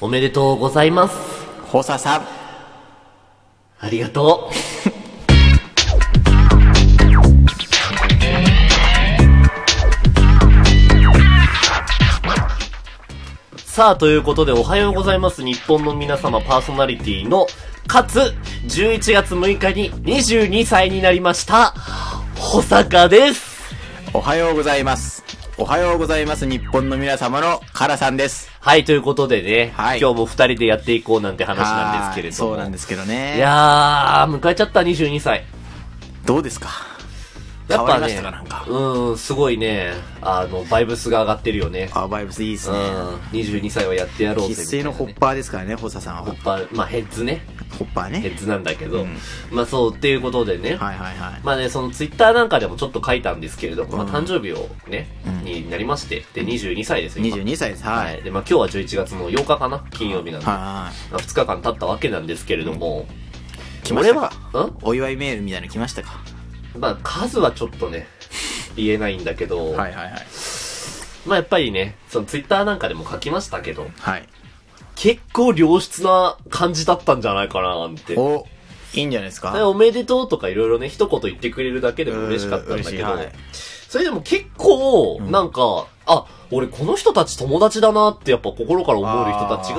おめでとうございます。補佐さん。ありがとう。 さあ、ということで、おはようございます。日本の皆様、パーソナリティの、かつ、11月6日に22歳になりました、保坂です。おはようございます。おはようございます。日本の皆様のカラさんです。はい、ということでね、はい今日も二人でやっていこうなんて話なんですけれども。そうなんですけどね。いやー、迎えちゃった、22歳。どうですかやっ変わぱりましねたかなんか。、うん、すごいね、あの、バイブスが上がってるよね。あ、バイブスいいですうね。ん、22歳はやってやろうぜ必みたい須なのね。ホッパーですからね、補佐さんは。ホッパー、まあヘッズね。ホッパーヘね。ッズなんだけど。まあそう、っていうことでね。はいはいはい。まあね、そのツイッターなんかでもちょっと書いたんですけれども、まあ誕生日をね、になりまして、で、22歳ですよ。今22歳です。は。はいい。で、まあ今日は11月の8日かな金曜日なんで。まはあ2日間経ったわけなんですけれども、い。来まし俺たはか、うんお祝いメールみたいなの来ましたかまあ数はちょっとね、言えないんだけど、いはいはい。まあやっぱりね、そのツイッターなんかでも書きましたけど、はい。結構良質な感じだったんじゃないかななんて。お、いいんじゃないですでかおめでとうとかいろいろね、一言言ってくれるだけでも嬉しかったんだけど、うん嬉しいはいそれでも結構、なんか、あ、俺この人たち友達だなってやっぱ心から思える人たちあーはいはい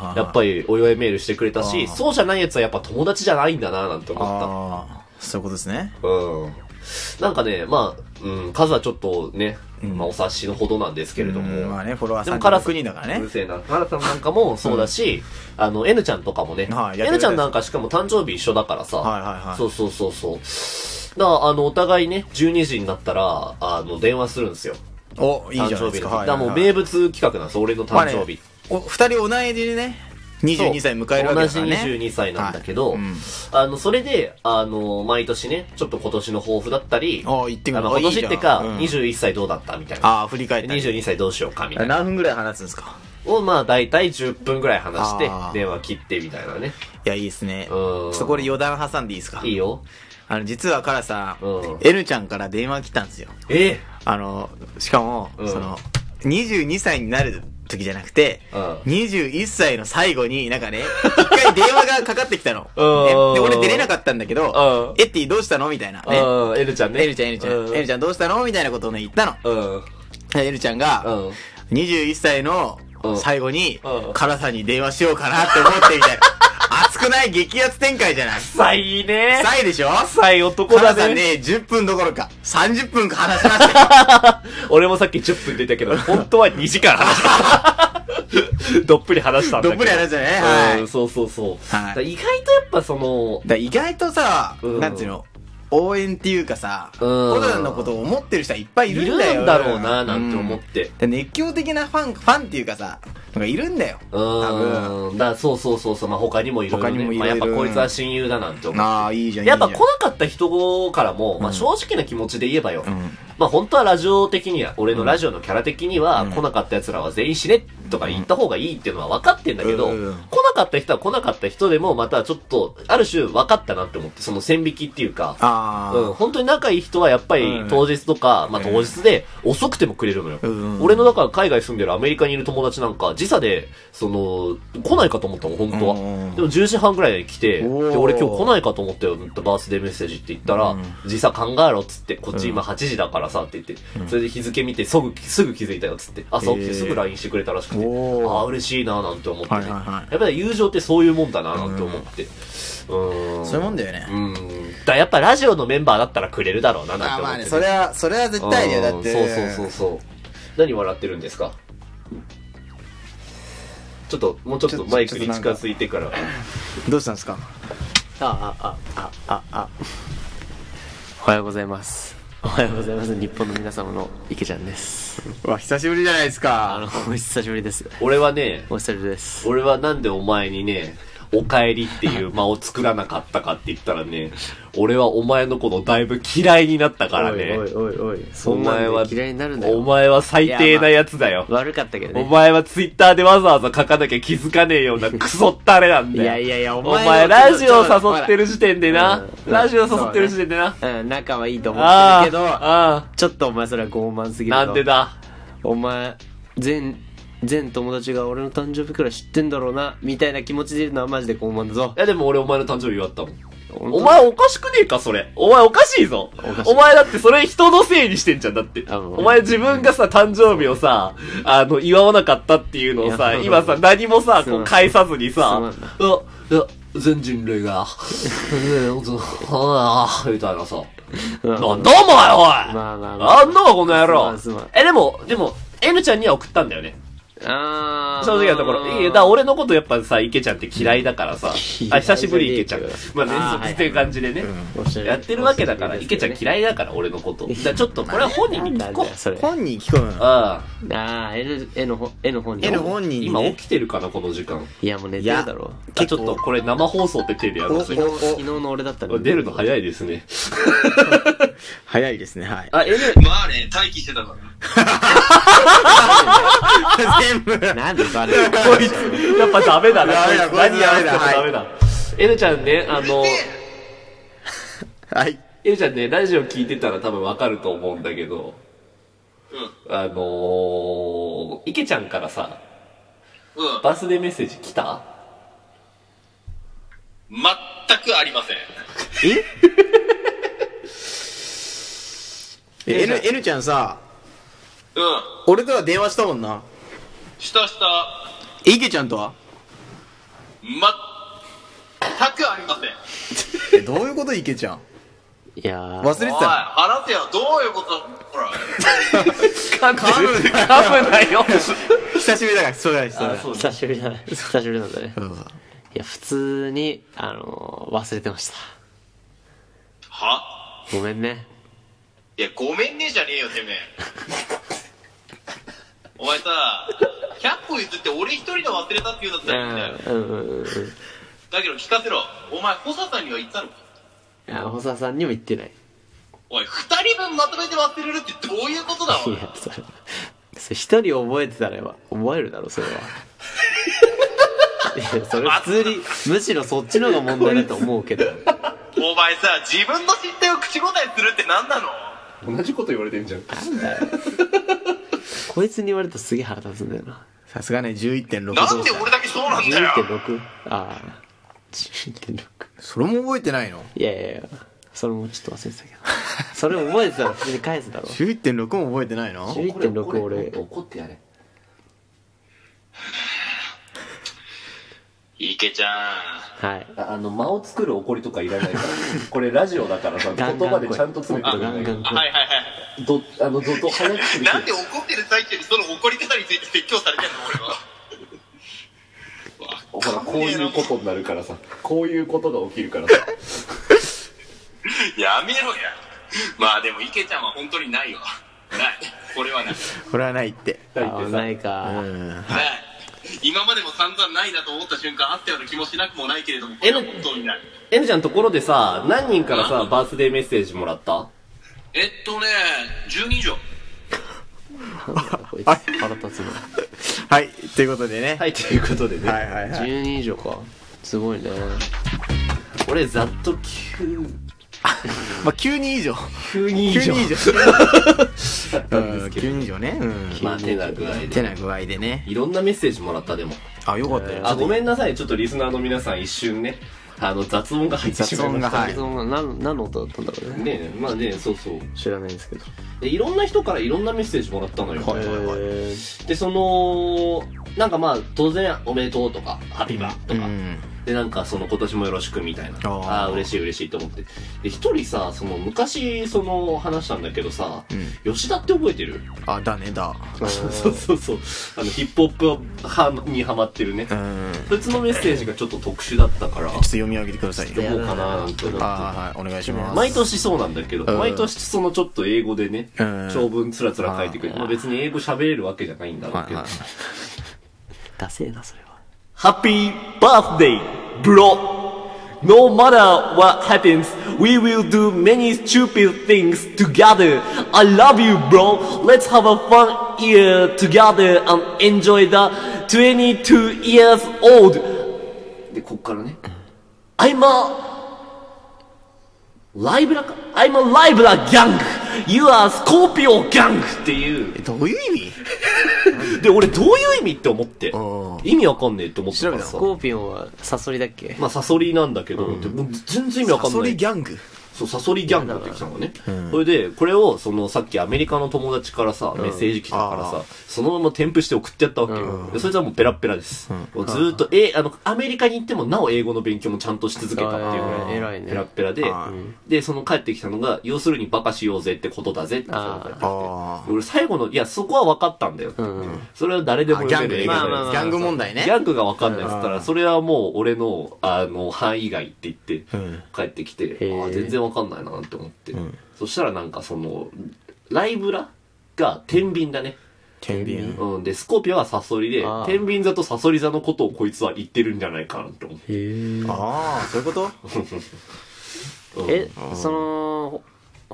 はが、いやっぱりお祝いメールしてくれたし、あーそうじゃない奴はやっぱ友達じゃないんだななんて思っああ、そういうことですね。た。うん。なんかね、まあ、うん、数はちょっとね、まあお察しのほどなんですけれども、うんまあね、フォロワーでさもんカラス6人だからうねる。せえな。カラさんなんかもそうだし、あの、N ちゃんとかもね。はいやってる N ちゃんなんかしかも誕生日一緒だからさ。はいはいはいそうそうそうそう。だから、あの、お互いね、12時になったら、あの、電話するんですよ。お、いい誕じゃない生で日すのか。日。だからはいはいもうはい名物企画なんですよ、俺の誕生日。まあねお二人同い年でね、22歳迎える同わけだじからね。 22歳なんだけど、はいうんあの、それで、あの、毎年ね、ちょっと今年の抱負だったり、あ言ってみあるのあい今いじ年ゃんってか、うん21歳どうだったみたいな。ああ、振り返ったり。 22歳どうしようかみたいな。何分ぐらい話すんですかを、まあ、大体10分ぐらい話してあー、電話切ってみたいなね。いや、いいですねう。んそこで余談挟んでいいですかいいよ。あの、実はカラさうんん、N ちゃんから電話来たんですよ。えあの、しかも、うんその、22歳になる時じゃなくて、うん21歳の最後に、なんかね、一回電話がかかってきたの。ねうんで、俺出れなかったんだけどう、エッティどうしたのみたいなね。うん、エルちゃんね。エルちゃん、エルちゃん、エルちゃゃんどうしたのみたいなことをね、言ったの。ん。うん。エルちゃんが、うん。 21歳のうん最後にうん、カラさんに電話しようかなって思って みたいな。熱くない激アツ展開じゃない臭いね。臭いでしょ臭い男カラださんね。ね、10分どころか、30分か話しま したよ。俺もさっき10分出たけど、本当は2時間話 した。どっぷり話したんだけどっど。ぷり話したね。はい。うん、そうそうそう。はいだから意外とやっぱその、だから意外とさ、うんなんていうの応援っていうかさ、うんコロナのことを思ってる人はいっぱいいいるるんだよ。んだろうな、なんて思うっんて。で熱狂的なファン、ファンっていうかさ、なんかいるんだよ。う多分。ーん。だからそうそうそうそう。まあ、他にもいろいろ他にもね。いまろあ、いろやっぱこいつは親友だなんて思う。ああ、いいじゃん、いいじやっゃん。ぱ来なかった人からも、まあ正直な気持ちで言えばよ。うんまあ本当はラジオ的には、俺のラジオのキャラ的には、来なかった奴らは全員死ねとか言った方がいいっていうのは分かってんだけど、う来んうんなかった人は来なかった人でも、またちょっと、ある種分かったなって思って、その線引きっていうか、ああ、うん、本当に仲いい人はやっぱりうん当日とか、まあ当日で遅くてもくれるのよ。うん俺のだから海外住んでるアメリカにいる友達なんか、時差で、その、来ないかと思ったの、本当は。うんでも10時半ぐらいに来て、で、おー俺今日来ないかと思ったよ、ってバースデーメッセージって言ったら、時差考えろっつって、こっち今8時だからさって言って、それで日付見て、すぐ、すぐ気づいたよっつって、朝起きてすぐ LINE してくれたらしくて、あおーあー、嬉しいななんて思ってね。はいはいはいやっぱり友情ってそういうもんだななんて思って。うんそういうもんだよね。うん。だからやっぱラジオのメンバーだったらくれるだろうな、なんあてあ、思まっあてね、る。それは、それは絶対だよ。だって。うんそうそうそうそう。何笑ってるんですかちょっと、もうちょっちとょマイクに近づいてから。どうしたんですかああああああおはようございますおはようございます日本の皆様の池ちゃんですうわ、久しぶりじゃないですあのか。お久しぶりです俺はね、お久しぶりです俺はなんでお前にね、お帰りっていう間を作らなかったかって言ったらね、俺はお前のことだいぶ嫌いになったからね。おいおいそおんな前はんで嫌いになるんだおよ前は最低なやつだよ。悪かったけどおね前はツイッターでわざわざ書かなきゃ気づかねえようなクソったれなんだよ。いやいやいやおお前前ラジオ誘ってる時点でな。うんラジオ誘ってる時点でな。うん仲はいいと思あっあ、てるけどあちょっとお前それは傲慢すぎあ、るぞなんでだ。お前全全友達が俺の誕生日くらい知ってんだろうな、みたいな気持ちでいるのはマジで傲慢だぞ。やでも俺お前の誕生日祝ったもん。本当お前おかしくねえかそれ。お前おかしいぞ。お前だってそれ人のせいにしてんじゃん。だって。あもうお前自分がさ、誕生日をさ、あの、祝わなかったっていうのをさ、いや今さ、何もさ、こうすまん返さずにすさまん、うわ、いや、全人類が、 ねえ、ほんと、ああ、みたいなさ。うんなんだお前、おいまあまあまなあんだこの野郎すまんすまんえ、でも、でも、N ちゃんには送ったんだよね。あー正直なところ。いいよだから俺のことやっぱさ、池ちゃんって嫌いだからさ。嫌あ、いじ久ゃねしぶり池ちゃん。まあ、連続っていう感じでね。おしゃれやってるわけだから、おしゃれ池ですちゃんよね嫌いだから、俺のこと。じゃあちょっと、これは本人に聞こう。それ。本人聞こえあああ、絵の、絵のほ、絵の本に。絵の本あ人に今ね起きてるかな、この時間。いや、もう寝てるだろう。あ結ちょ構っと、これ生放送って手でやるんですおよ。お昨日の俺だったら出るの早いですね。早いですね、はい。あ、N、 まあね、待機してたから。全部。なんでバレるこいつ、やっぱダメだな。ダこいつメだ何やらせてもこいダつダメメだ。N ちゃんね、あの、はい。 N ちゃんね、ラジオ聞いてたら多分わかると思うんだけど、あのー、池ちゃんからさ、うん。うん。バースデーメッセージ来た全くありません。え、N、N ちゃんさ、うん。俺とは電話したもんな。したした、えいけちゃんとはま、全くありません。え、どういうこといけちゃんいやー忘れておい、た話せよ、どういうことほら。噛んでる 噛むなよの久しぶりだから、そうだ、そうだ。そう久しぶりだね。久しぶりなんだね。そうだいや、普通に、あのー、忘れてました。はごめんね。いや、ごめんねじゃねえよ、てめえ。お前さ、100歩譲って俺一人で忘れたって言うんだっうたらいいんだよ。ん、うん、うんうん。いだけど聞かせろ。お前、補佐さんには言ったのかや、細田さんにも言ってない。おい、二人分まとめて忘れるってどういうことだおい前や、それは。それ一人覚えてたらば、覚えるだろ、それは。いや、それ普通に、むしろそっちの方が問題だと思うけど。お前さ、自分の失態を口答えするって何なの同じこと言われてんじゃんこいつに言われるとすげえ腹立つんだよな。さすがね、11.6な度んで俺だけそうなんだよ 11.6? ああ、11.6。それも覚えてないのいやいやいや、それもちょっと忘れてたけど。それ覚えてたら普通に返すだろ。 ?11.6 も覚えてないの11.6俺、怒ってやれいけちゃん。はい。ああの間を作る怒りとかいらないから これラジオだからさガンガンくガンガンあはいはいはい。どあのどと早くすなんで怒ってる最中にその怒り方について説教されてんの俺は。ほらこういうことになるからさこういうことが起きるからさ やめろや。まあでも、いけちゃんは本当にないわ。ない。これはない。これはないって。だあっあ、てなさいうか。ん。ない。今までも散々ないだと思った瞬間あったような気もしなくもないけれども、こえれは本当にない。 N ちゃんところでさ何人からさバースデーメッセージもらったえっとね、10人以上。こいつ腹立つな。はい、ということでね。はいということでね、はいはいはい。 12以上か。すごいね。俺ざっと9まあ、9人以上。 9人以9上人以上。うん、9人以上ね。うん。まあ手な具合手でな具合でね。いろんなメッセージもらったでもあ、よかったよ。あ、ごめんなさい。ちょっとリスナーの皆さん一瞬ね、あの、雑音が入ってしまいました。雑音がはいそんな、なん何の音だったんだろうね。ねえ、まあね、そうそう。知らないんですけど。で、いろんな人からいろんなメッセージもらったのよ。はいはいはいえで、その、なんかまあ、当然、おめでとうとか、ハピバとうか、ん。で、なんかその、今年もよろしくみたいな。ーああー、嬉しい嬉しいと思って。で、一人さ、その、昔、その、話したんだけどさ、吉田って覚えてるあ、だね、だ。そうそうそうそう。あの、ヒップホップ派にハマってるねう。ん。ちょそっいつのメッセージがちょっと特殊だったから、と読み上げてくださいよ。読もうかななんて思って。あはいはい、お願いします。毎年そうなんだけど、うん毎年そのちょっと英語でね、うん長文つらつら書いてくる。まあ別に英語喋れるわけじゃないんだろうはけいど。はい。ダセえな、それは。ハッピーバースデー、ブロ No matter what happens, we will do many stupid things together. I love you, bro. Let's have a fun year together and enjoy the 22 years old. で、こっからね。I'm a ライブラか ?I'm a ライブラギャング !You are Scorpio ギャングっていう、どういう意味で、俺どういう意味って思ってうん。意味わかんねえって思ってたから調さス。コーピオンはサソリだっけまあ、サソリなんだけど、でも全然意味わかんない。それギャング。そう、サソリギャングって来たのね。それで、これを、その、さっきアメリカの友達からさ、メッセージ来たからあさ、そのまま添付して送ってやったわけよ。でそれじゃもうペラッペラです。もうずーっと、え、あの、アメリカに行ってもなお英語の勉強もちゃんとし続けたっていうあーぐら偉い、いねペラッペラであ、で、その帰ってきたのが、要するにバカしようぜってことだぜってさあ帰っーてあきて俺最後の、いや、そこは分かったんだよって。うん。それは誰でもあ。ギ読ャめングる英ね。ギ語だよまあまあまあャング問題ねギ。ャングが分かんないっつったら、それはもう俺の、あの、範囲外って言ってん、帰ってきて、ーあ全然分かんないなって思って。んそしたらなんかその、ライブラが天秤だね。天秤秤。うん。で、スコーピオはサソリであ、ー天秤座とサソリ座のことをこいつは言ってるんじゃないかなって思って。へえ。ああ、そういうことうん え、その、ほ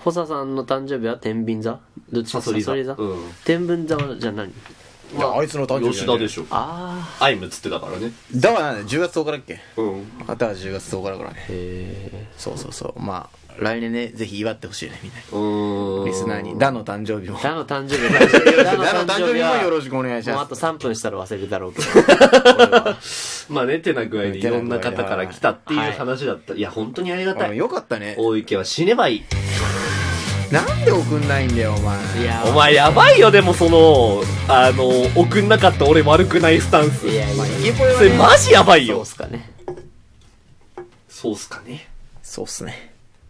ホサさんの誕生日は天秤座どっちサソリ座。うん。天秤座はじゃあ何いや、あいつの誕生日。吉田でしょ。あアイムつってたからね。ょ。だからなんだよ10月10日だっけうん。あとは10月10日だからね。あ。へえ。そうそうそう。まあ、来年ね、ぜひ祝ってほしいね、みんなに。うーん。リスナーに。ダの誕生日も。 ダの誕生日はダの誕生日もよろしくお願いしもうあまとす。 3分したら忘れるだろうけど。俺はまあね、てな具合でいろんな方から来たっていう話だった。いや、本当にありがたうんい。よかったね。大池は死ねばいい。なんで送んないんだよ、お前。いや、お前やばいよでもそのあの送んなかった俺悪くないスタンスいやいや、イケポヨそれマジやばいそうよっすかね。そうっすかねそうっすね。